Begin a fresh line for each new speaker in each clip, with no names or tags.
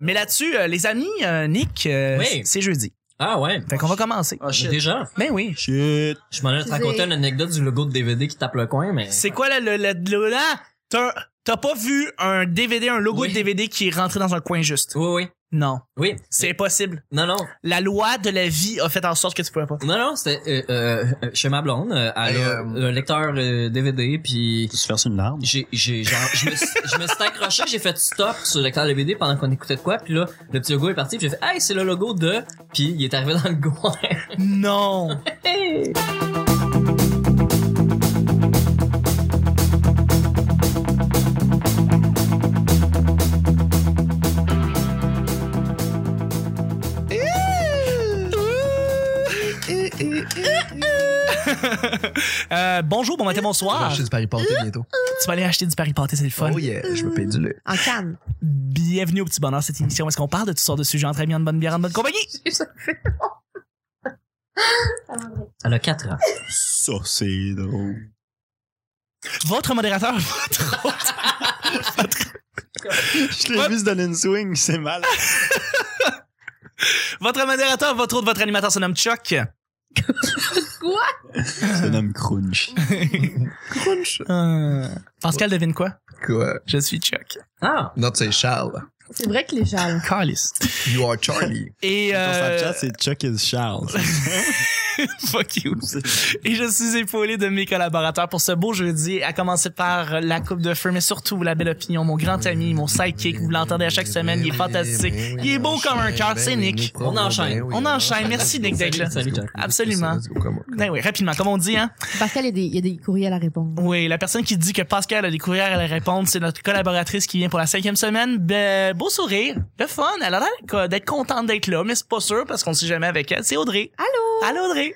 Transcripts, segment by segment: Mais là-dessus, euh, les amis, euh, Nick, euh,
Oui.
c'est- c'est jeudi.
Ah ouais.
Fait qu'on va commencer.
Ah, shit.
Déjà.
Ben oui.
Je m'en ai
Tu
raconté
sais.
une anecdote du logo de DVD qui tape le coin, mais.
C'est quoi là, le, le, le- là? T'as, t'as pas vu un DVD, un logo
Oui.
de DVD qui est rentré dans un coin juste?
Oui, oui.
Non.
Oui.
C'est impossible.
Non, non.
La loi de la vie a fait en sorte que tu pouvais pas.
Non, non, c'était euh, euh, chez ma blonde. euh, elle
Et,
a
euh,
un lecteur euh, DVD, puis
Tu se verses une larme.
j'ai j'ai genre je me suis- je me suis accroché j'ai fait stop sur le lecteur DVD pendant qu'on écoutait de quoi puis là le petit logo est parti puis j'ai fait hey c'est le logo de puis il est arrivé dans le coin
Non. Euh, bonjour, bon matin,
Je vais
Ah,
bonsoir.
acheter du Paris Porté bientôt.
Tu vas aller acheter du Paris Pâté, c'est le fun.
Oh
euh,
yeah, je me paye du lait.
En canne.
Bienvenue au Petit Bonheur, cette émission où est-ce qu'on parle de toutes sortes de sujets entre amis, en bonne bière, en bonne compagnie.
elle a 4 ans
Ça, c'est drôle.
Votre modérateur, votre hôte.
Je l'ai
Ouais.
vu se donner une swing, c'est mal.
Votre modérateur, votre hôte, votre animateur se nomme Chuck.
Quoi?
C'est un homme crunch.
Crunch.
Euh, Pascal devine quoi?
Quoi?
Je suis Chuck.
ah
Non, tu sais, Charles.
C'est vrai que les gens.
Carlis.
You are Charlie.
Et
Ton
euh,
Snapchat, c'est Chuck is Charles.
fuck you. Et je suis épaulé de mes collaborateurs pour ce beau jeudi, à commencer par la coupe de feu, mais surtout la belle opinion, mon grand ami, mon sidekick, vous l'entendez à chaque
Eh
semaine, il est fantastique.
Ben
Il est beau comme un cœur, c'est Nick.
On enchaîne.
On enchaîne. Merci, Nick, d'être là.
Salut, Jack.
Absolument. Ben oui, rapidement, comme on dit, hein.
Pascal, il y a des- il y a des courriels à répondre.
Oui, la personne qui dit que Pascal a des courrières à la répondre, c'est notre collaboratrice qui vient pour la cinquième semaine. Ben, beau sourire, le fun. Elle a l'air co- d'être contente d'être là, mais c'est pas sûr parce qu'on sait jamais avec elle. C'est Audrey.
Allô?
Allô, Audrey?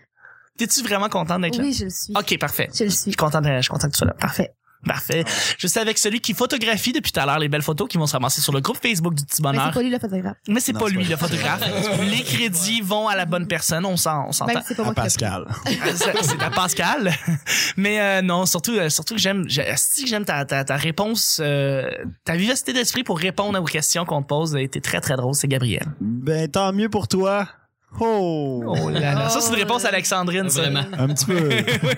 T'es-tu vraiment contente d'être
Oui, je le suis.
là? OK, parfait.
Je le
Je
suis.
suis contente, de- je suis contente que tu sois là.
Parfait.
Parfait. Je suis avec celui qui photographie depuis tout à l'heure les belles photos qui vont se ramasser sur le groupe Facebook du Petit
Mais c'est
Bonheur.
pas lui le photographe.
Mais c'est
Non,
pas
c'est
lui,
pas
le photographe. Les crédits vont à la bonne personne, on s'en- on s'entend.
Même si c'est pas
À
moi qui l'ai pris.
Pascal.
Ah, Ben, c'est c'est à Pascal. Mais euh, non, surtout, euh, surtout que j'aime, j'ai- si que j'aime ta, ta, ta réponse, euh, ta vivacité d'esprit pour répondre aux questions qu'on te pose a été très très drôle, c'est Gabriel.
Ben, tant mieux pour toi. Oh!
Oh là là.
Oh
Ça, c'est une réponse à
là là.
Alexandrine, ça.
Vraiment.
Un petit peu
Oui.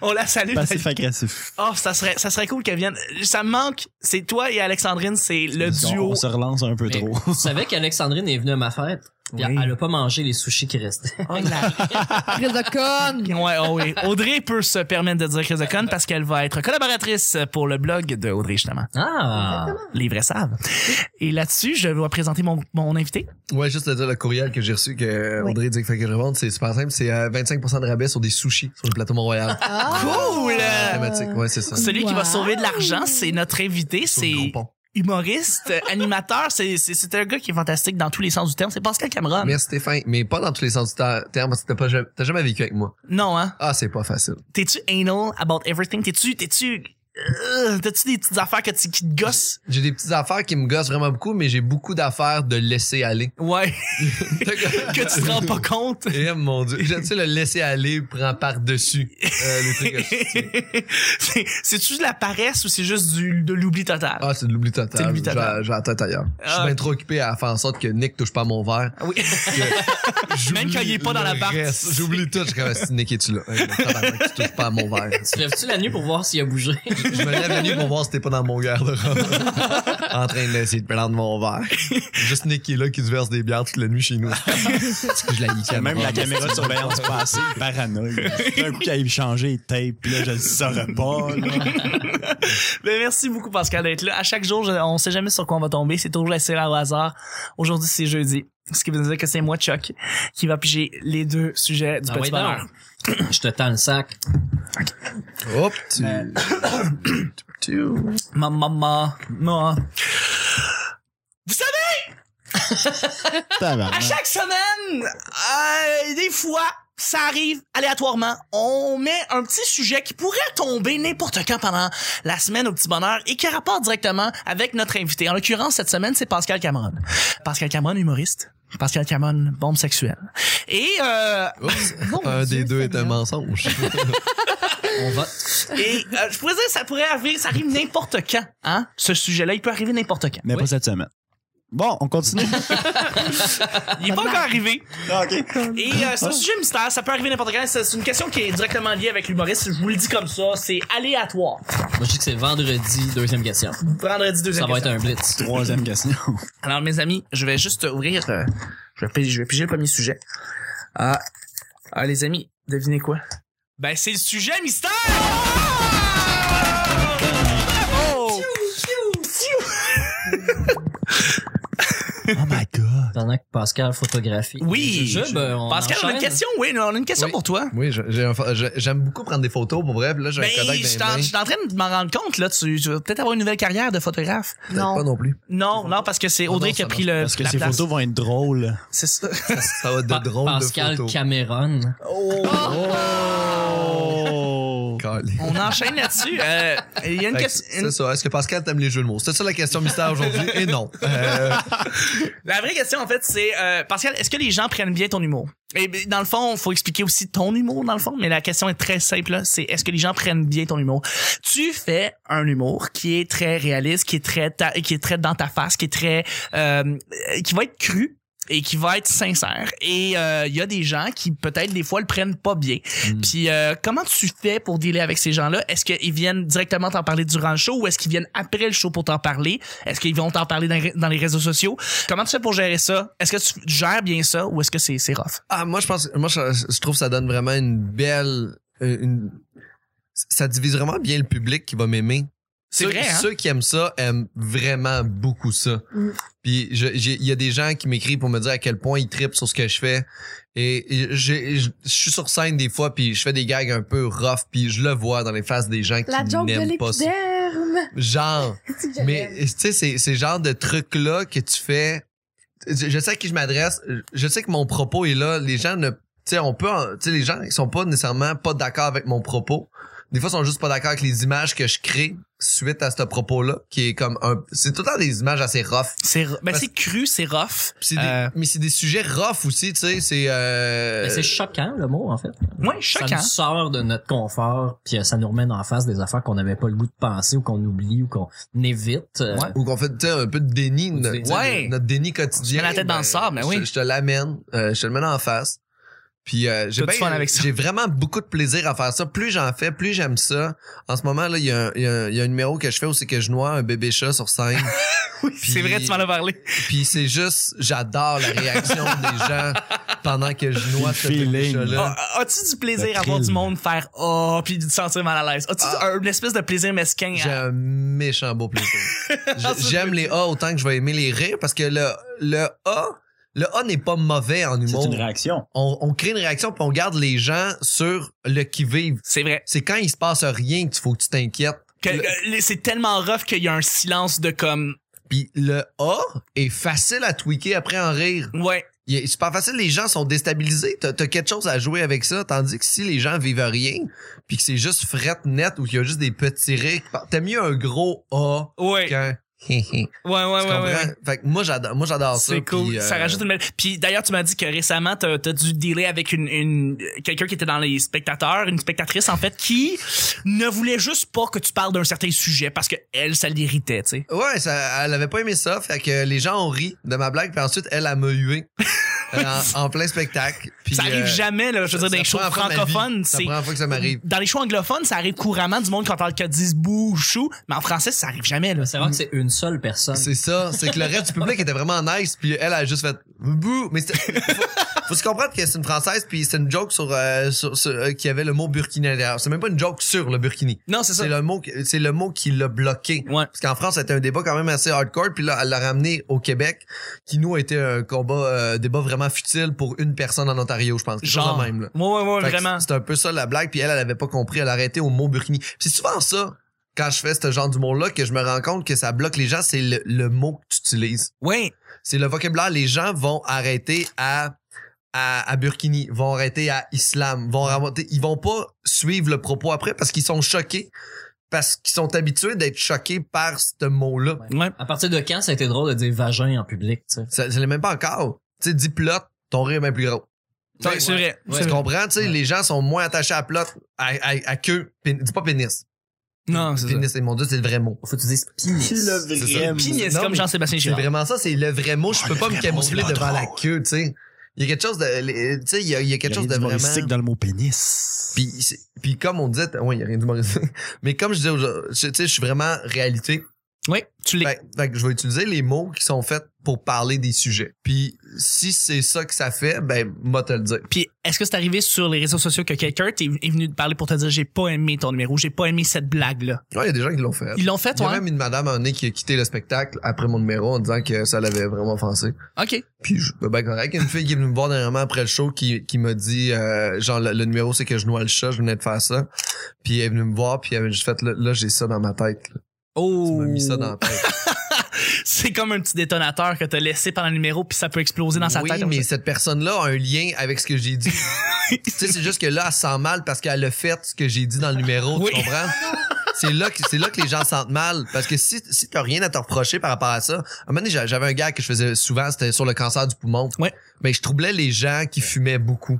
On la salue.
Ben, passif-agressif.
Oh, ça serait, ça serait cool qu'elle vienne. Ça me manque. C'est toi et Alexandrine, c'est le
On-
duo.
On se relance un peu
Mais
trop.
tu savais qu'Alexandrine est venue à ma fête puis
Oui.
elle a pas mangé les sushis qui restaient
Oh là.
Prise de conne.
ouais, oh oui. Audrey peut se permettre de dire Chris de Con parce qu'elle va être collaboratrice pour le blog de Audrey, justement.
ah
Les vrais savent. Et là-dessus, je dois présenter mon, mon invité.
Ouais, juste le dire le courriel que j'ai reçu que
Oui.
Audrey dit qu'il fallait que je réponde, c'est super simple, c'est euh, 25% de rabais sur des sushis sur le plateau Mont-Royal.
Ah.
Cool!
Thématique, ouais, c'est ça.
Celui qui va
Wow.
sauver de l'argent, c'est notre invité,
Sur le
c'est
gros pont.
humoriste, euh, animateur, c'est c'est c'est un gars qui est fantastique dans tous les sens du terme, c'est Pascal Cameron.
Merci Stéphane, mais pas dans tous les sens du ter- terme parce que t'as pas jamais- t'as jamais vécu avec moi.
Non hein.
Ah, c'est pas facile.
T'es-tu anal about everything? T'es-tu t'es-tu euh, t'as-tu des petites affaires que tu, qui te gossent?
J'ai des petites affaires qui me gossent vraiment beaucoup, mais j'ai beaucoup d'affaires de laisser aller.
Ouais, que tu te rends pas compte.
Eh mon dieu. Tu sais, le laisser aller prend par-dessus euh, les trucs que je sais.
C'est- C'est-tu de la paresse ou c'est juste du, de l'oubli total?
Ah, c'est de l'oubli
C'est de
total.
l'oubli
J'ai
total.
j'ai la tête ailleurs. Je suis
Ah.
bien trop occupé à faire en sorte que Nick touche pas à mon verre.
Oui. Même
J'oublie
quand il est pas dans la
le
barre.
reste. J'oublie tout. Je suis comme, Ah, si Nick, es-tu là? Hey, tabarnak, tu touches pas à mon verre.
tu lèves-tu la nuit pour voir s'il a bougé
Je me lève la nuit pour voir si t'es pas dans mon garde-robe. en train d'essayer de prendre mon verre. Juste Nick qui est là, qui se verse des bières toute la nuit chez nous. Parce que je la nique à
Même
mort.
la caméra de surveillance passée, paranoïa. Un coup, qu'elle a changé les tapes, puis là, je le saurais pas. là.
Ben, merci beaucoup Pascal d'être là. À chaque jour, je- on sait jamais sur quoi on va tomber. C'est toujours laissé au hasard. Aujourd'hui, c'est jeudi. Ce qui veut dire que c'est moi, Chuck, qui va piger les deux sujets du
Ah,
petit
ouais,
bonheur.
donc. je te tends le sac
Hop, tu... tu...
Ma maman, ma. Vous savez, à
Tabarnak.
chaque semaine, euh, des fois, ça arrive aléatoirement. On met un petit sujet qui pourrait tomber n'importe quand pendant la semaine au petit bonheur et qui a rapport directement avec notre invité. En l'occurrence, cette semaine, c'est Pascal Cameron. Pascal Cameron, humoriste. Pascal Cameron, bombe sexuelle. Et, euh,
Oups.
Mon
Un
Dieu,
des deux est un
Seigneur.
mensonge.
on va
et euh, je pourrais dire, ça pourrait arriver, ça arrive n'importe quand, hein? Ce sujet-là, il peut arriver n'importe quand.
Mais
Oui.
pas cette semaine. Bon, on continue.
Il est pas encore arrivé.
OK.
Et euh, c'est un sujet mystère, ça peut arriver n'importe quand. C'est c'est une question qui est directement liée avec l'humoriste. Je vous le dis comme ça, c'est aléatoire.
Moi, je dis que c'est vendredi, deuxième question.
Vendredi deuxième.
Ça va
question.
être un blitz.
Troisième question.
Alors, mes amis, je vais juste ouvrir. euh, je, vais, pi- je vais piger le premier sujet. Ah, ah, les amis, devinez quoi? Ben, c'est le sujet mystère! Oh!
Oh my God.
Pendant que Pascal photographie.
Oui.
les jujubes, ben, on
Pascal, on a une
enchaîne.
question? Oui, on a une question
Oui.
pour toi.
Oui, je- j'ai un fa- je- j'aime beaucoup prendre des photos, pour vrai. puis Là, j'ai
Ben,
un Kodak
je
dans
t'en- je
les mains.
suis en train de m'en rendre compte, là. Tu, tu vas peut-être avoir une nouvelle carrière de photographe.
Peut-être pas non plus.
Non, non, parce que c'est Audrey
non,
qui a
ça
pris le.
Parce que
Euh, la
ces
place.
photos vont être drôles.
C'est ça.
Ça va être
Pa-
de drôles de
Pascal
photos.
Cameron.
Oh.
Oh!
Calé.
On enchaîne là-dessus. Euh, Il y a une
Fait que
question.
C'est ça. Est-ce que Pascal t'aime les jeux de mots? C'était ça la question mystère aujourd'hui? Et non. Euh,
La vraie question, en fait, c'est euh, Pascal, est-ce que les gens prennent bien ton humour? Et ben, dans le fond, faut expliquer aussi ton humour, dans le fond, mais la question est très simple, là. c'est est-ce que les gens prennent bien ton humour? Tu fais un humour qui est très réaliste, qui est très, ta- qui est très dans ta face, qui est très, euh, euh, qui va être cru et qui va être sincère. Et euh, il y a des gens qui peut-être des fois le prennent pas bien. Puis euh, comment tu fais pour dealer avec ces gens-là Est-ce qu'ils viennent directement t'en parler durant le show ou est-ce qu'ils viennent après le show pour t'en parler Est-ce qu'ils vont t'en parler dans, dans les réseaux sociaux Comment tu fais pour gérer ça Est-ce que tu gères bien ça ou est-ce que c'est c'est rough
Ah, moi, je pense, moi, je, je trouve que ça donne vraiment une belle, euh, une, ça divise vraiment bien le public qui va m'aimer.
C'est
Ceux-
vrai, hein?
Ceux qui aiment ça aiment vraiment beaucoup ça.
Mm.
Puis je- j'ai- il y a des gens qui m'écrivent pour me dire à quel point ils trippent sur ce que je fais. Et et j'ai- je je suis sur scène des fois, puis je fais des gags un peu rough, puis je le vois dans les faces des gens qui
La joke de
n'aiment pas ça.
l'épiderme.
Genre,
C'est que je
mais
l'aime.
tu sais, c'est c'est le genre de truc-là que tu fais. Je je sais à qui je m'adresse. Je sais que mon propos est là. Les gens ne. Tu sais, on peut. en- Tu sais, les gens, ils sont pas nécessairement pas d'accord avec mon propos. Des fois, ils sont juste pas d'accord avec les images que je crée suite à ce propos-là, qui est comme un. C'est tout le temps des images assez rough.
C'est ro- ben
Parce-
c'est cru, c'est rough.
Puis c'est des-
Euh.
Mais c'est des sujets rough aussi, tu sais. C'est. euh,
Mais Ben, C'est choquant, le mot, en fait.
Moins choquant.
Ça nous sort de notre confort, puis euh, ça nous remet en face des affaires qu'on n'avait pas le goût de penser ou qu'on oublie ou qu'on évite. euh,
Ouais.
ou qu'on fait tu sais, un peu de déni, notre,
déni.
Ouais.
notre déni
On se
quotidien. ben,
met la tête dans le sable, mais
je-
oui.
Je, te l'amène, euh, je te le mets en face. Puis euh, j'ai
T'as du
bien-
fun avec ça.
j'ai vraiment beaucoup de plaisir à faire ça. Plus j'en fais, plus j'aime ça. En ce moment là, il y, a un- il y a un- il y a un numéro que je fais où c'est que je noie un bébé chat sur scène.
Oui, c'est
Puis-
vrai, tu m'en as parlé.
Puis c'est juste, j'adore la réaction des gens pendant que je noie
Le
ce bébé
feeling.
chat là.
Ah, As-tu du plaisir
Le
à voir
thrill.
du monde faire oh puis de te sentir mal à l'aise As-tu
Ah.
une espèce de plaisir mesquin
J'ai
à-
un méchant beau plaisir.
Ah, ça,
J'ai- J'aime les A autant que je vais aimer les rires parce que le le A le A n'est pas mauvais en
C'est
humour.
une réaction.
on, on crée une réaction puis on garde les gens sur le qui vivent.
C'est vrai.
C'est quand il se passe rien qu'il faut que tu t'inquiètes.
Que-
Le-
que- les- c'est tellement rough qu'il y a un silence de comme
Puis le A est facile à tweaker après en rire.
ouais
Il est super facile, les gens sont déstabilisés. T'as as quelque chose à jouer avec ça, tandis que si les gens vivent rien, puis que c'est juste fret net ou qu'il y a juste des petits rires, qui partent, t'as mieux un gros A
ouais
qu'un hé hé.
Ah ouais ouais
Tu
ouais,
comprends?
ouais, ouais.
Fait que moi j'adore, moi j'adore ça.
C'est cool.
puis, euh,
Ça rajoute une belle. Puis d'ailleurs, tu m'as dit que récemment, t'as as dû dealer avec une, une quelqu'un qui était dans les spectateurs, une spectatrice en fait, qui ne voulait juste pas que tu parles d'un certain sujet parce que elle, ça l'irritait, tu sais.
Ouais, ça, elle avait pas aimé ça, fait que les gens ont ri de ma blague, puis ensuite elle a me hué euh, en, en plein spectacle. Puis,
Ça arrive
euh,
jamais là. Je veux dire,
ça
dans les shows
prend la première fois de ma vie.
francophones,
C'est
c'est
la première fois que ça m'arrive.
dans les shows anglophones, ça arrive couramment du monde quand parle que 10 bouts ou chou, mais en français, ça arrive jamais là.
C'est vrai que c'est une seule personne.
C'est ça, c'est que le reste du public était vraiment nice, puis elle a juste fait bouh. Mais c'était- faut, faut se comprendre que c'est une française, puis c'est une joke sur, euh, sur, sur- euh, qui avait le mot burkini à l'intérieur. C'est même pas une joke sur le burkini.
Non, c'est ça.
C'est le mot, que- c'est le mot qui l'a bloqué.
Ouais.
Parce qu'en France, c'était un débat quand même assez hardcore, puis là, elle l'a ramené au Québec, qui nous a été un combat, euh, débat vraiment futile pour une personne en Ontario, je pense. Quelque chose de
Genre.
même, là.
Ouais, ouais, ouais,
Fait que
vraiment.
C'est un peu ça la blague, puis elle, elle avait pas compris, elle a arrêté au mot burkini. Puis C'est souvent ça, quand je fais ce genre d'humour-là, que je me rends compte que ça bloque les gens, c'est le, le mot que tu utilises.
Ouais.
C'est le vocabulaire, les gens vont arrêter à, à, à burkini, vont arrêter à islam, vont arrêter, ils vont pas suivre le propos après parce qu'ils sont choqués, parce qu'ils sont habitués d'être choqués par ce mot-là.
Ouais.
À partir de quand ça a été drôle de dire vagin en public, tu sais?
Ça, ça l'est même pas encore. Tu sais, dis plot, ton rire est même plus gros.
Ouais, c'est vrai.
Tu comprends, tu sais,
Ouais.
les gens sont moins attachés à plot, à, à, à queue, pén- dis pas pénis.
Non, c'est ça.
Pénis, et mon dieu, c'est le vrai mot.
Faut que tu dises pénis.
vrai
Pignes,
Non,
comme
mais
Jean-Sébastien
C'est
Girard.
vraiment ça, c'est le vrai mot. Je
Ah,
peux
le
pas
vrai
me
mot, c'est
camoufler
pas
devant la
drôle.
queue, tu sais. Il y a quelque chose de, les- tu sais, il y a, il y a quelque chose de vraiment.
dans le mot pénis.
Puis, c'est- puis comme on disait, oui, il y a rien d'humoristique. Mais comme je disais, aujourd'hui, tu sais, je suis vraiment réalité.
Oui, tu l'es.
Fait, fait que je vais utiliser les mots qui sont faits pour parler des sujets. Puis si c'est ça que ça fait, ben, moi te le dire.
Puis est-ce que c'est arrivé sur les réseaux sociaux que quelqu'un t'est- est venu te parler pour te dire j'ai pas aimé ton numéro, j'ai pas aimé cette blague là.
Ouais, il y a des gens qui l'ont fait.
Ils l'ont fait
Il y
toi.
a
hein?
même une madame à un moment donné qui a quitté le spectacle après mon numéro en disant que ça l'avait vraiment offensé.
OK.
Puis je ben correct. Une fille qui est venue me voir dernièrement après le show qui, qui m'a dit euh, genre le, le numéro c'est que je noie le chat, je venais de faire ça. Puis elle est venue me voir, puis elle avait juste fait là, là, j'ai ça dans ma tête. là. Tu
Oh.
m'as mis ça dans la tête.
C'est comme un petit détonateur que t'as laissé pendant le numéro puis ça peut exploser dans sa
oui,
tête. comme
mais
ça.
cette personne-là a un lien avec ce que j'ai dit. tu sais, c'est juste que là, elle se sent mal parce qu'elle a fait ce que j'ai dit dans le numéro,
Oui.
tu comprends? C'est là, que, c'est là que les gens se sentent mal. Parce que si, si t'as rien à te reprocher par rapport à ça, à un moment donné, j'a- j'avais un gars que je faisais souvent, c'était sur le cancer du poumon.
Ouais.
Mais je troublais les gens qui fumaient beaucoup.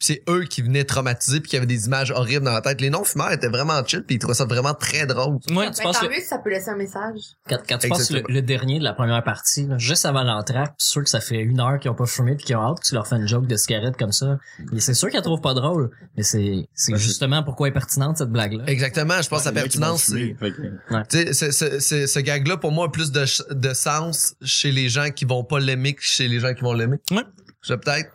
Puis c'est eux qui venaient traumatiser puis qui avaient des images horribles dans la tête. Les non-fumeurs étaient vraiment chill puis ils trouvaient ça vraiment très drôle.
Ouais.
Tu penses
tant
que-
mieux si ça peut laisser un message.
Quand, quand tu passes le,
Exactement.
le dernier de la première partie, là, juste avant l'entraque, pis sûr que ça fait une heure qu'ils ont pas fumé puis qu'ils ont hâte que tu leur fais une joke de cigarette comme ça. Et c'est sûr qu'ils la trouvent pas drôle, mais c'est, c'est
Ben, c'est-
justement pourquoi est pertinente cette blague-là.
Exactement, je pense à la pertinence. Tu sais, ce, ce, ce, ce gag-là, pour moi, a plus de, ch- de sens chez les gens qui vont pas l'aimer que chez les gens qui vont l'aimer.
Ouais.
Je peut-être.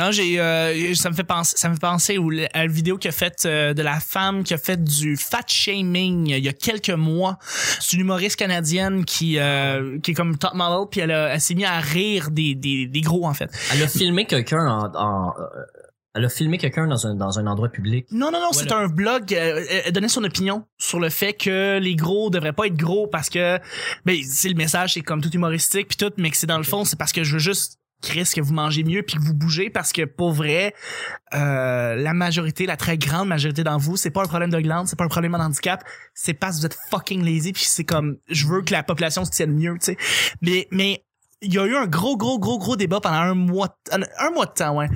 Non, j'ai euh, ça me fait penser ça me fait penser au- à la vidéo qu'a faite euh, de la femme qui a fait du fat shaming euh, il y a quelques mois. C'est une humoriste canadienne qui euh, qui est comme top model puis elle, a- elle s'est mise à rire des, des des gros en fait.
Elle a filmé quelqu'un en, en- euh, elle a filmé quelqu'un dans un, dans un endroit public.
Non, non, non, c'est un blog. euh, elle donnait son opinion sur le fait que les gros devraient pas être gros parce que, ben, c'est le message, c'est comme tout humoristique puis tout, mais que c'est dans le fond, c'est parce que je veux juste Chris que vous mangez mieux puis que vous bougez parce que pour vrai, euh, la majorité, la très grande majorité d'entre vous, c'est pas un problème de glande, c'est pas un problème de handicap, c'est parce que vous êtes fucking lazy puis c'est comme, je veux que la population se tienne mieux, tu sais. Mais, mais, il y a eu un gros, gros, gros, gros débat pendant un mois, de- un, un mois de temps, ouais.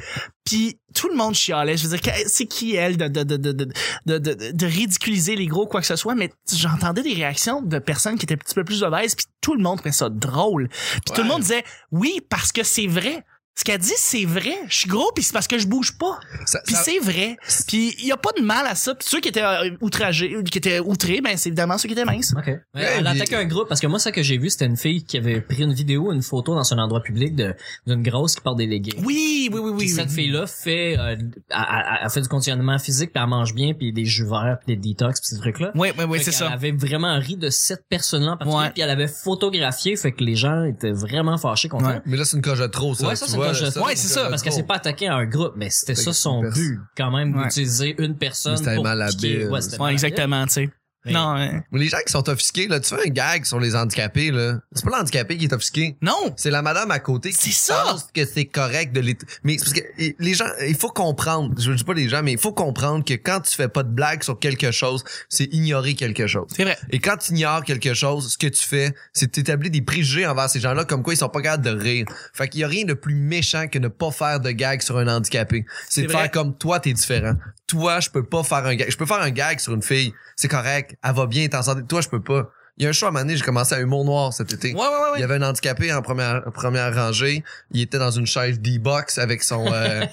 Puis tout le monde chialait. Je veux dire, que- c'est qui elle de de, de, de, de, de, de- de ridiculiser les gros quoi que ce soit, mais j'entendais des réactions de personnes qui étaient un petit peu plus obèses, puis tout le monde trouvait ça drôle. Puis tout le monde disait oui parce que c'est vrai. Ce qu'elle dit, c'est vrai. Je suis gros, puis c'est parce que je bouge pas.
Ça-
Puis
ça-
c'est vrai. Puis il y a pas de mal à ça. Puis ceux qui étaient euh, outragés, qui étaient outrés, ben c'est évidemment ceux qui étaient minces.
OK. Ouais,
Ouais,
elle
mais-
attaquait un groupe parce que moi, ça que j'ai vu, c'était une fille qui avait pris une vidéo, une photo dans un endroit public de, d'une grosse qui porte des leggings.
Oui, oui, oui,
Puis
oui.
cette
oui.
fille-là fait, euh, elle, elle- elle fait du conditionnement physique, puis elle mange bien, puis des jus verts, puis des détox, puis ces trucs-là.
Oui, oui, oui,
Fait
c'est
qu'elle
ça.
avait vraiment ri de cette personne-là en particulier,
Ouais.
puis elle avait photographié, fait que les gens étaient vraiment fâchés contre
Ouais.
elle.
Mais là, c'est une coche de trop, ça.
Ouais, ça,
tu
c'est
vois,
une coche de-
ouais, c'est
une
ça,
coche de
Parce qu'elle
trop.
s'est pas attaquée à un groupe, mais c'était
Fait
ça
que
son
personne-
but, quand même,
Ouais.
d'utiliser une personne
Mais c'était
pour
mal
piquer-
habile.
Ouais, c'était
Ouais,
mal
exactement, tu sais.
Mais-
Non, hein.
Mais les gens qui sont offusqués, là, tu fais un gag sur les handicapés, là. C'est pas l'handicapé qui est offusqué.
non.
C'est la madame à côté qui
C'est ça!
pense que c'est correct de les... Mais c'est parce que eh, les gens, il faut comprendre, je dis pas les gens, mais il faut comprendre que quand tu fais pas de blague sur quelque chose, c'est ignorer quelque chose.
C'est vrai.
Et quand tu ignores quelque chose, ce que tu fais, c'est t'établir des préjugés envers ces gens-là, comme quoi ils sont pas capables de rire. Fait qu'il y a rien de plus méchant que ne pas faire de gag sur un handicapé. C'est
C'est
de
vrai.
faire comme toi, t'es différent. Toi, je peux pas faire un gag. Je peux faire un gag sur une fille. C'est correct. Elle va bien, t'es en santé. Toi, je peux pas. Il y a un show à un moment donné, j'ai commencé à Humour Noir cet été.
Ouais, ouais, ouais, ouais.
Il y avait un handicapé en première, en première rangée. Il était dans une chaise D-Box avec son... euh,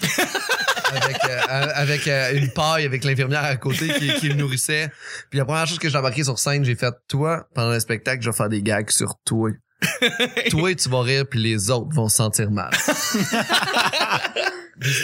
avec euh, avec euh, une paille, avec l'infirmière à côté qui, qui le nourrissait. Puis la première chose que j'ai embarqué sur scène, j'ai fait « Toi, pendant le spectacle, je vais faire des gags sur toi. toi, tu vas rire, puis les autres vont se sentir mal. »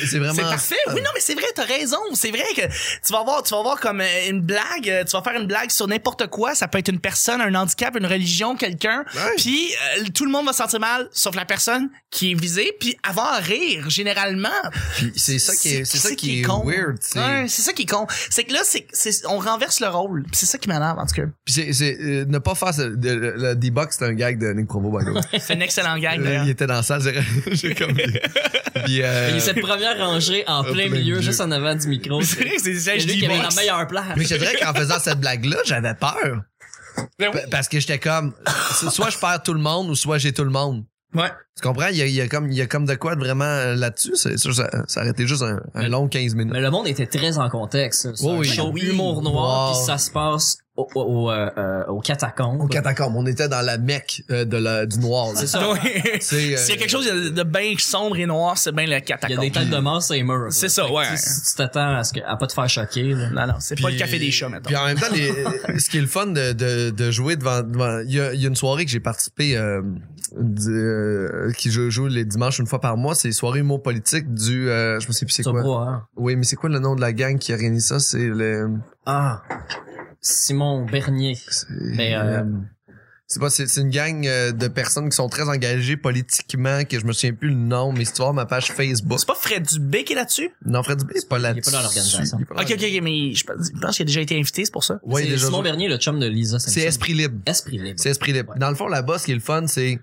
C'est vraiment...
C'est parfait. Oui, non, mais c'est vrai, t'as raison. C'est vrai que tu vas voir, tu vas voir comme euh, une blague, euh, tu vas faire une blague sur n'importe quoi. Ça peut être une personne, un handicap, une religion, quelqu'un.
Ouais.
Puis euh, tout le monde va se sentir mal, sauf la personne qui est visée, puis avoir à rire généralement.
Puis c'est ça qui est, c'est ça qui est
con.
weird. c'est-
Ouais, c'est ça qui est con. C'est que là, c'est, c'est- on renverse le rôle. Puis C'est ça qui m'énerve en tout cas.
Puis c'est, c'est, euh, ne pas faire ce- de- le, le D-Box, c'est un gag de Nick Provo, by the way.
C'est un excellent gag.
Là,
d'ailleurs.
il était dans la salle, j'ai- j'ai comme dit. Puis, euh,
habile. Et cette première rangée en plein
plein
milieu,
milieu.
juste en avant du micro.
C'est vrai que c'est des
C'est
sièges
lui qui avait la
d'Ebox.
meilleure place.
mais je te dirais qu'en faisant cette blague-là, j'avais peur.
Ben oui.
P- Parce que j'étais comme, c'est- soit je perds tout le monde ou soit j'ai tout le monde.
Ouais.
Tu comprends? Il y a, il y a comme, il y a comme de quoi de vraiment euh, là-dessus. C'est sûr, ça, ça aurait été juste un, un
Mais-
long 15 minutes.
Mais le monde était très en contexte. C'est
Oui,
un
oui.
show
Oui.
humour noir,
Wow.
puis ça se passe au, au, au, euh, euh, aux catacombes.
Au catacombe, on était dans la Mecque euh, de la, du noir. là.
C'est ça.
Ouais.
C'est, euh,
S'il y a quelque chose de de bien sombre et noir, c'est bien le
Il y a
catacombe.
des têtes de mort, c'est mur.
C'est ça, ouais.
Si tu t'attends à ce que, à pas te faire choquer, là.
Non, non, c'est pas le café des chats,
Puis
maintenant.
en même temps, les- euh, ce qui est le fun de, de, de jouer devant... devant- Il y, a, il y a une soirée que j'ai participé, euh, du- euh, qui je joue les dimanches une fois par mois, c'est soirée humour politique du... euh, je me sais plus c'est
Tu vas hein.
quoi.
boire.
Oui, mais c'est quoi le nom de la gang qui organise ça? C'est le...
Ah. Simon Bernier.
c'est-
Mais, euh,
c'est pas, c'est, c'est une gang euh, de personnes qui sont très engagées politiquement, que je me souviens plus le nom, mais si tu vas voir ma page Facebook.
C'est pas Fred Dubé qui est là-dessus?
Non, Fred Dubé, c'est pas là-dessus.
dans l'organisation.
Il est pas dans
Ok, ok, ok, mais je pense je pense qu'il a déjà été invité, c'est pour ça.
Ouais,
c'est
déjà
Simon
joué.
Bernier, le chum de Lisa.
C'est
Simpson.
Esprit Libre.
Esprit libre.
C'est esprit libre.
Ouais.
Dans le fond, là-bas, ce qui est le fun, c'est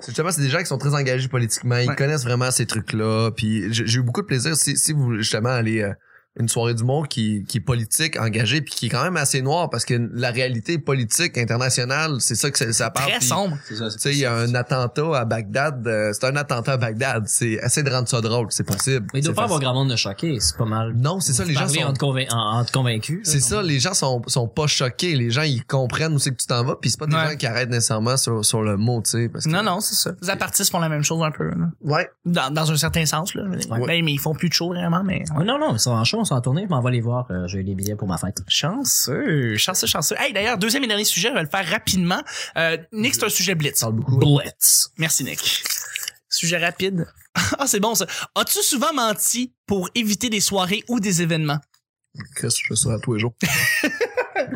c'est justement c'est des gens qui sont très engagés politiquement, ils
Ouais.
connaissent vraiment ces trucs-là. Puis j'ai j'ai eu beaucoup de plaisir si, si vous justement allez euh, une soirée du monde qui, qui est politique, engagée, puis qui est quand même assez noire parce que la réalité politique internationale, c'est ça que ça, ça parle.
Très
Ah, puis,
sombre.
C'est ça,
Tu sais, il y a un attentat à Bagdad. euh, c'est un attentat à Bagdad. C'est essaie de rendre ça drôle, c'est possible.
Mais il doit
C'est
pas avoir
facile.
grand monde de choqué, c'est pas mal.
Non, c'est ça, les gens
Parler
sont
entre, convain- en- entre convaincus. là,
C'est ça,
non?
les gens sont, sont pas choqués. Les gens, ils comprennent où c'est que tu t'en vas, puis c'est pas des
Ouais.
gens qui arrêtent nécessairement sur, sur le mot, tu sais. parce que-
Non, non, c'est ça. Les apartistes font la même chose un peu, là.
Ouais.
Dans, dans un certain sens, là.
Ouais.
Ben, mais ils font plus de show, vraiment, mais.
Ah non, non, ils sont en show, ils sont en tournée, je m'en vais les voir. euh, J'ai les billets pour ma fête.
Chanceux, chanceux, chanceux. Hey, d'ailleurs, deuxième et dernier sujet, je vais le faire rapidement. Euh, Nick, c'est un sujet blitz.
Parle beaucoup.
Blitz.
Merci, Nick. Sujet rapide. Ah, c'est bon, ça. As-tu souvent menti pour éviter des soirées ou des événements?
Chris, je fais ça à tous les jours. Oh,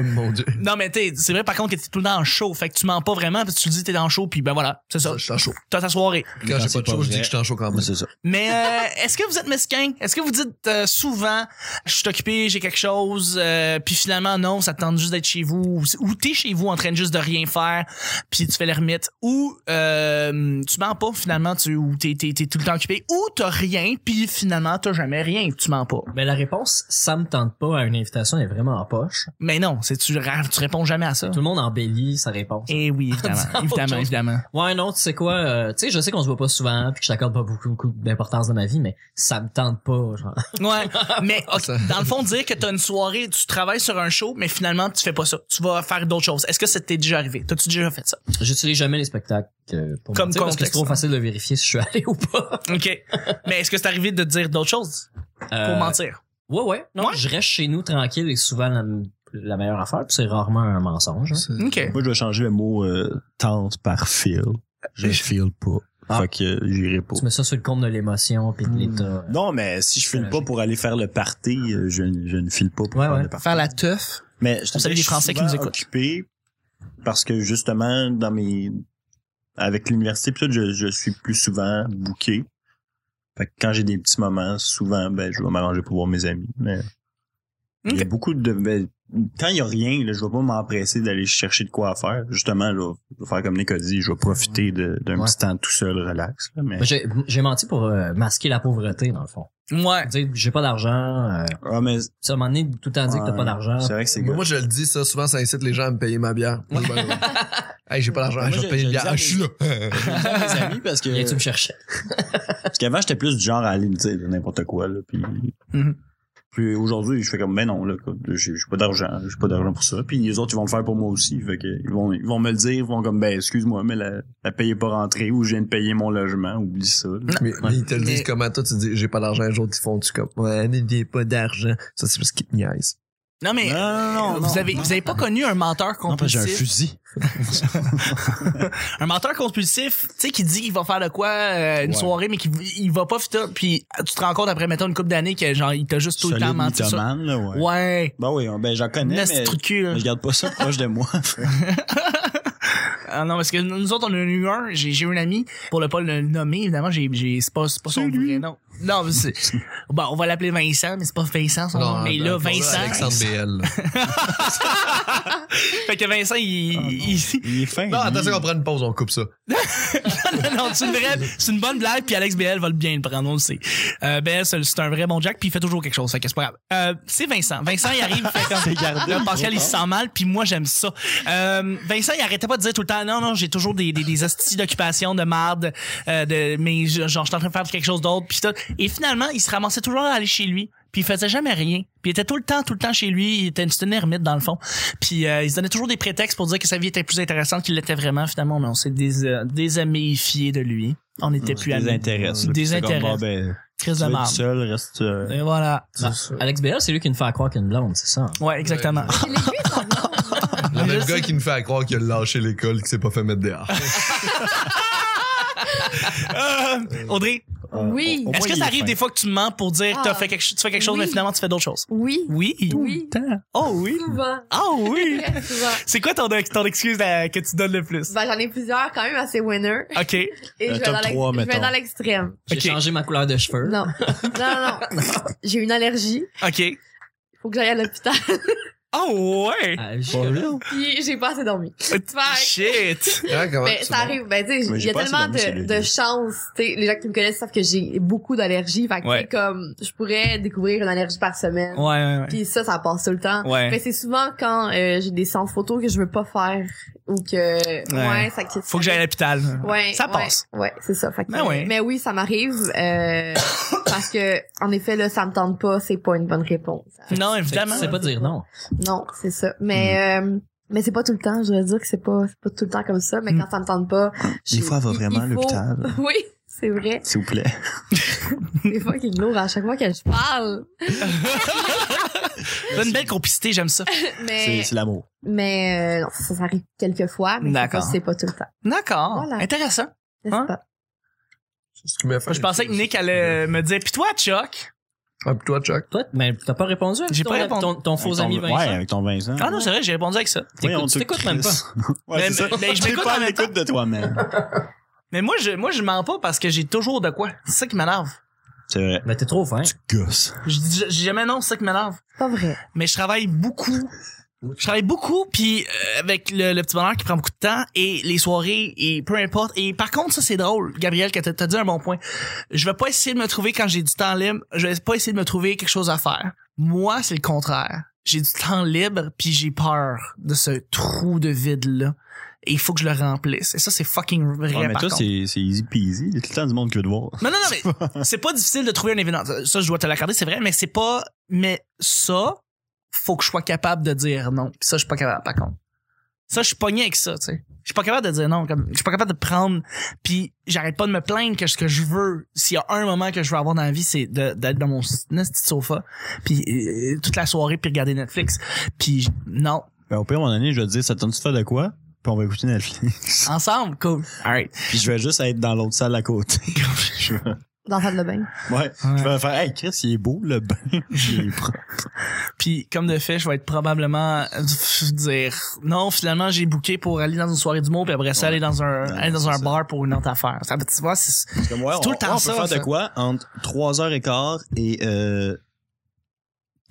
mon Dieu.
Non, mais t'es, c'est vrai, par contre, que t'es tout le temps en show. Fait que tu mens pas vraiment, parce que tu dis que t'es en show, puis ben voilà, c'est ça.
Ça, je suis en chaud.
T'as ta soirée.
Quand j'ai
c'est
pas de
pas
chaud, je
vrai.
dis que je suis en chaud quand même.
C'est ça.
Mais euh, est-ce que vous êtes mesquin? Est-ce que vous dites euh, souvent, je suis occupé, j'ai quelque chose, euh, puis finalement, non, ça te tente juste d'être chez vous, ou- ou t'es chez vous en train juste de rien faire, puis tu fais l'ermite, ou euh, tu mens pas finalement, tu, ou t'es, t'es, t'es tout le temps occupé, ou t'as rien, puis finalement, t'as jamais rien, tu mens pas.
Mais Ben, la réponse, ça me tente pas à une invitation, elle est vraiment en poche.
Mais non, c'est tu, ra- tu réponds jamais à ça.
Tout le monde embellit sa réponse.
Eh oui, évidemment, évidemment, évidemment.
Ouais, non, tu sais quoi, euh, tu sais, je sais qu'on se voit pas souvent, puis que je t'accorde pas beaucoup, beaucoup d'importance dans ma vie, mais ça me tente pas, genre.
Ouais, mais ok,
Ça-
dans le fond, dire que t'as une soirée, tu travailles sur un show, mais finalement, tu fais pas ça. Tu vas faire d'autres choses. Est-ce que ça t'est déjà arrivé? T'as-tu déjà fait ça?
J'utilise jamais les spectacles euh, pour
Comme
mentir, parce que c'est
contexte,
trop
hein.
facile de vérifier si je suis allé ou pas.
OK. Mais est-ce que c'est arrivé de dire d'autres choses pour
Euh,
mentir?
Ouais, ouais. Non,
Ouais.
je reste chez nous tranquille et souvent la, la meilleure affaire, puis c'est rarement un mensonge. hein.
OK.
Moi, je vais changer le mot euh, tente par feel. Je feel pas.
Ah.
Fait que euh, j'irai pas.
Tu mets ça sur le compte de l'émotion puis de
Hmm.
l'état.
Non, mais si je file pas pour aller faire le party, euh, je, je ne file pas pour
Ouais,
faire
ouais.
le party.
Faire la teuf.
Mais je te
On salue
dirais,
les
je suis
Français qui
souvent
nous écoutent.
occupé parce que justement, dans mes. Avec l'université, pis tout, je, je suis plus souvent booké. Fait que quand j'ai des petits moments, souvent, ben, je vais m'arranger pour voir mes amis. Mais il y a
Ok.
beaucoup de. ben, quand il n'y a rien, là, je vais pas m'empresser d'aller chercher de quoi à faire. Justement, là, je vais faire comme Nico dit, je vais profiter de- d'un
Ouais.
petit temps tout seul, relax. là, mais...
Mais Ben, J'ai j'ai menti pour euh, masquer la pauvreté, dans le fond.
Ouais.
Dire j'ai pas d'argent. Euh,
Ah, mais
tu sais, à un moment donné, tout le temps dire que t'as
Ouais.
pas d'argent.
c'est vrai que c'est
Moi,
good.
moi, je le dis, ça, souvent, ça incite les gens à me payer ma bière. Moi, je- hey, j'ai pas d'argent,
Moi,
je vais
je-
te payer
je
une
le
bière.
dis à
Ah, je suis là.
mes amis parce que.
Viens, tu me cherchais.
Parce qu'avant, j'étais plus du genre à aller me dire n'importe quoi, là, puis...
Mhm.
Puis aujourd'hui, je fais comme, ben non, là, quoi, j'ai j'ai pas d'argent, j'ai pas d'argent pour ça. Puis les autres, ils vont le faire pour moi aussi, fait que ils vont, ils vont me le dire, ils vont comme, ben excuse-moi, mais la, la paye est pas rentrée ou je viens de payer mon logement, oublie ça. là.
Mais, mais ils te le
Mais-
disent comment toi tu dis j'ai pas d'argent, un jour ils font tu comme ouais mais j'ai pas d'argent. Ça c'est parce qu'ils te niaisent.
Non, mais.
Non, non, non,
vous
non.
avez, vous avez pas connu un menteur
Non, parce que j'ai un
compulsif.
fusil.
un menteur compulsif, tu sais, qui dit qu'il va faire de quoi euh, une
Ouais.
soirée, mais qui il va pas fit up, puis tu te rends compte après, mettons, une couple d'années que genre, il t'a juste tout le temps
Solide
menti. sur-
mythomane, là, ouais.
Ouais.
Ben oui, ben j'en connais,
Nasty
mais
trou de cul, là.
mais je garde pas ça proche de moi.
Ah non, parce que nous autres, on en a eu un. J'ai j'ai un ami, pour ne pas le nommer, évidemment, j'ai j'ai- c'est pas, c'est pas son vrai nom. Non, mais c'est. Bon, on va l'appeler Vincent, mais c'est pas Vincent son nom. Oh, Mais là,
non,
Vincent.
Alexandre BL. là.
Fait que Vincent, il. il-
Il est fin.
Non,
lui.
attention, on prend une pause, on coupe ça.
non, c'est une vraie. C'est une bonne blague, puis Alex BL va le bien le prendre, on le sait. Euh, BL, c'est c'est un vrai bon Jack, puis il fait toujours quelque chose, fait que c'est pas grave. Euh, c'est Vincent. Vincent, il arrive, il fait comme.
gardé.
Là, Pascal, il se sent mal, puis moi, j'aime ça. Euh, Vincent, il arrêtait pas de dire tout le temps, non, non, j'ai toujours des, des, des hosties d'occupation, de marde, euh, de, mais je- genre, je suis en train de faire quelque chose d'autre, puis tout. Et finalement, il se ramassait toujours à aller chez lui. Puis il faisait jamais rien. Puis il était tout le temps, tout le temps chez lui. Il était une c'était une ermite dans le fond. Puis euh, il se donnait toujours des prétextes pour dire que sa vie était plus intéressante qu'il l'était vraiment. Finalement, mais on s'est dés, euh, désaméifié de lui. On n'était plus amis.
Désintéresse. là.
Désintéresse.
C'est comme, bon, ben,
Crise
tu
de
veux être
marde.
seul, reste. euh,
Et voilà.
Alex Bell, c'est lui qui nous fait croire qu'une blonde, c'est ça.
Ouais, exactement.
C'est les yeux, ça blonde.
Le
Je
même
sais.
gars qui nous fait à croire qu'il a lâché l'école, qu'il s'est pas fait mettre dehors.
Euh, Audrey,
on-
Oui.
Ah, on- au moins,
est-ce que
il
ça
est
arrive
fin.
des fois que tu mens pour dire que t'as
Ah.
fait quelque, tu fais quelque chose,
Oui.
mais finalement tu fais d'autres choses?
Oui.
Oui.
Oui.
Tout le temps. Oh oui.
Souvent.
Ah oui.
Très souvent.
C'est quoi ton, ton excuse euh, que tu donnes le plus?
Ben, j'en ai plusieurs quand même assez winner.
OK.
Euh,
Et je vais
top
dans l'ex-
trois,
je vais
mettons.
dans l'extrême.
J'ai
Ok.
changé ma couleur de cheveux.
Non. Non, non, non. J'ai une allergie.
OK.
Faut que j'aille à l'hôpital.
Oh ouais.
Ah, j'ai-
For real?
Puis j'ai pas assez dormi. Fait
Shit.
Hein, comment-
Mais ça arrive, ben tu sais,
Mais
il y
j'ai
a
pas assez
tellement
dormi, c'est
de,
le
de
lieu.
chance, tu sais, les gens qui me connaissent savent que j'ai beaucoup d'allergies, fait que tu sais,
Ouais.
comme je pourrais découvrir une allergie par semaine.
Ouais, ouais, ouais.
Puis ça ça passe tout le temps.
Ouais.
Mais c'est souvent quand euh, j'ai des sans photos que je veux pas faire ou que ouais, ça
Faut que j'aille à l'hôpital.
Ouais,
Ça
ouais,
passe.
Ouais, c'est ça. Fait que-
Ben ouais.
Mais oui, ça m'arrive euh, parce que en effet là, ça me tente pas, c'est pas une bonne réponse.
Non,
Fait que tu
évidemment.
sais pas dire non.
Non, c'est ça. Mais euh, mais c'est pas tout le temps, je voudrais dire que c'est pas c'est pas tout le temps comme ça, mais quand ça me tente pas,
Des fois, elle va
il-
vraiment à
il faut-
l'hôpital.
Oui, c'est vrai.
S'il vous plaît.
Des fois qu'il est lourd à chaque fois que je parle.
T'as une belle complicité, j'aime ça.
Mais
C'est c'est l'amour.
mais euh, non, ça, ça arrive quelques fois, mais
D'accord.
c'est pas tout le temps.
D'accord.
Voilà.
Intéressant.
N'est-ce
Hein?
pas?
C'est ce qu'il m'a fait.
Je pensais que Nick allait euh, me dire, pis toi, Chuck?
Ah, puis toi, Chuck.
Toi, mais t'as pas répondu. à
J'ai
ton-
pas répondu.
Ton, ton faux
Avec ton-
ami Vincent.
Ouais, avec ton Vincent.
Ah non, c'est vrai, j'ai répondu avec ça.
T'écoutes-
Voyons,
tu t'écoutes même pas.
Mais-
Ouais, c'est ça.
mais- mais je
T'es
m'écoute
pas
en
à
même
l'écoute de toi-même.
Mais moi, je, moi, je mens pas parce que j'ai toujours de quoi. C'est ça qui m'énerve.
C'est vrai.
Mais Ben, t'es trop fin.
Tu gosses.
Je dis je dis jamais non, c'est ça qui m'énerve.
C'est Pas vrai.
mais je travaille beaucoup. Je travaille beaucoup, puis euh, avec le, le petit bonheur qui prend beaucoup de temps et les soirées et peu importe. Et par contre, ça c'est drôle, Gabriel, que t'as t'as dit un bon point. Je vais pas essayer de me trouver quand j'ai du temps libre. Je vais pas essayer de me trouver quelque chose à faire. Moi, c'est le contraire. J'ai du temps libre, puis j'ai peur de ce trou de vide là. Et il faut que je le remplisse. Et ça, c'est fucking vrai.
Ouais, mais
par
toi,
contre.
c'est c'est easy peasy. Il y a tout le temps du monde qui veut te voir.
Non, non, non, mais c'est pas difficile de trouver un événement. Ça, je dois te l'accorder, c'est vrai, mais c'est pas. Mais ça, faut que je sois capable de dire non. Puis ça, je suis pas capable, par contre. Ça, je suis pogné avec ça, tu sais. Je suis pas capable de dire non. Comme, je suis pas capable de prendre. Puis j'arrête pas de me plaindre que ce que je veux, s'il y a un moment que je veux avoir dans la vie, c'est de- d'être dans mon petit sofa, puis euh, toute la soirée, puis regarder Netflix. Puis non.
Ben, au pire, mon année, je vais te dire, ça tente de faire de quoi? Puis on va écouter Netflix.
Ensemble, cool. All right.
Puis je vais juste être dans l'autre salle à côté. Je vais-
Dans la salle de bain.
ouais. Je vais faire, hey, Chris, il est beau, le bain. Il est propre.
Puis comme de fait, je vais être probablement euh, pff, dire non, finalement j'ai booké pour aller dans une soirée du mot puis après ça aller dans un
Non,
aller dans
c'est
un
ça.
bar pour une autre affaire. Ça tu vois, c'est
C'est comme, ouais,
C'est
on,
tout le temps
on peut
ça,
faire
ça.
de quoi entre 3h15 et euh,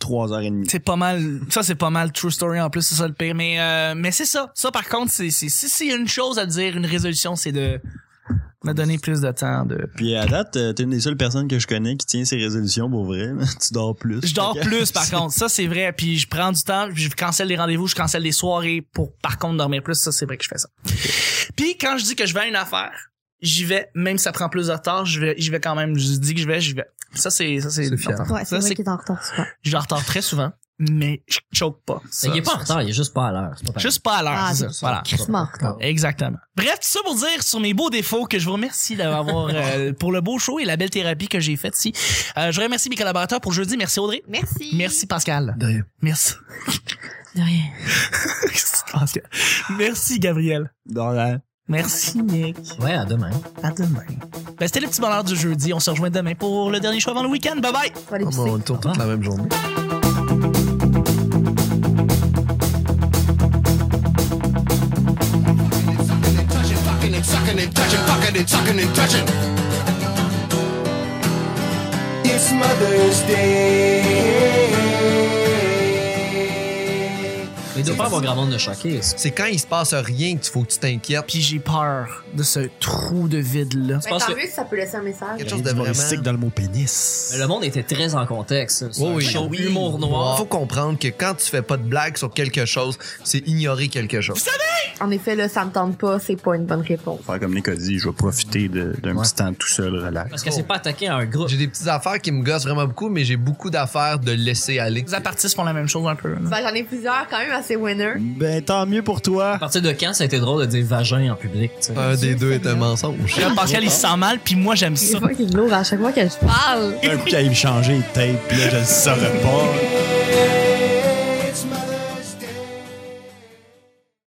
3h30.
c'est pas mal ça c'est pas mal true story en plus, c'est ça le pire mais euh, mais c'est ça. Ça par contre, c'est c'est si c'est une chose à dire, une résolution, c'est de me donner plus de temps de
Puis à date, euh, t'es une des seules personnes que je connais qui tient ses résolutions pour vrai. là. Tu dors plus.
Je dors
Fait que-
plus par contre, ça c'est vrai puis je prends du temps, puis je cancelle les rendez-vous, je cancelle les soirées pour par contre dormir plus, ça c'est vrai que je fais ça. Puis quand je dis que je vais à une affaire, j'y vais même si ça prend plus de temps, je vais j'y vais quand même, je dis que je vais, j'y vais. Ça c'est ça c'est
C'est fiable.
Ah,
Ouais, c'est
ça
vrai
c'est
qu'il est en retard souvent.
je vais en retard très souvent, mais je choke pas. Ça,
il est pas en
ça,
retard, il est juste pas à l'heure. c'est pas pareil.
Juste pas à l'heure,
Ah,
c'est ça.
c'est
Voilà.
Crissement en retard.
Exactement. Bref, tout ça pour dire sur mes beaux défauts que je vous remercie d'avoir euh, pour le beau show et la belle thérapie que j'ai faite ici. Euh, je remercie mes collaborateurs pour jeudi. Merci Audrey.
Merci.
Merci Pascal.
De rien.
Merci.
De rien.
Pascal. Merci Gabriel.
Dans la...
Merci Nick.
Ouais, à demain.
À demain. Ben, c'était le petit bonheur du jeudi. On se rejoint demain pour le dernier show avant le week-end. Bye bye.
On va aller
Ah, bon,
pisser.
on tourne toute la même journée.
Sucking and touching, fucking and sucking and touching. It's Mother's Day.
Mais il doit pas avoir grand monde de choquer. ça.
C'est quand il se passe rien qu'il faut que tu t'inquiètes.
Puis j'ai peur de ce trou de vide-là.
Mais
pense
tant
que-
mieux si ça peut laisser un message.
Il
Quelque
y a
chose de
de
vraiment.
dans le mot pénis.
Mais le monde était très en contexte. C'est
Oui,
un
oui.
show
Oui.
humour noir.
Faut comprendre que quand tu fais pas de blague sur quelque chose, c'est ignorer quelque chose.
En effet, là, ça me tente pas, c'est pas une bonne réponse.
Faire comme Nico dit, je vais profiter de- d'un petit temps tout seul, relax.
Parce qu'elle s'est pas attaquée à un groupe.
J'ai des petites affaires qui me gossent vraiment beaucoup, mais j'ai beaucoup d'affaires de laisser aller.
Les artistes font la même chose un peu. là.
Ben, j'en ai plusieurs quand même assez winner.
Ben, tant mieux pour toi.
À partir de quand ça a été drôle de dire vagin en public? tu sais?
Un des deux est un mensonge.
Là, Pascal, il se sent mal, puis moi, j'aime
C'est
ça.
pas qu'il lourd à chaque fois que je parle.
Un coup, il me changer de tape, pis là, je le saurais pas.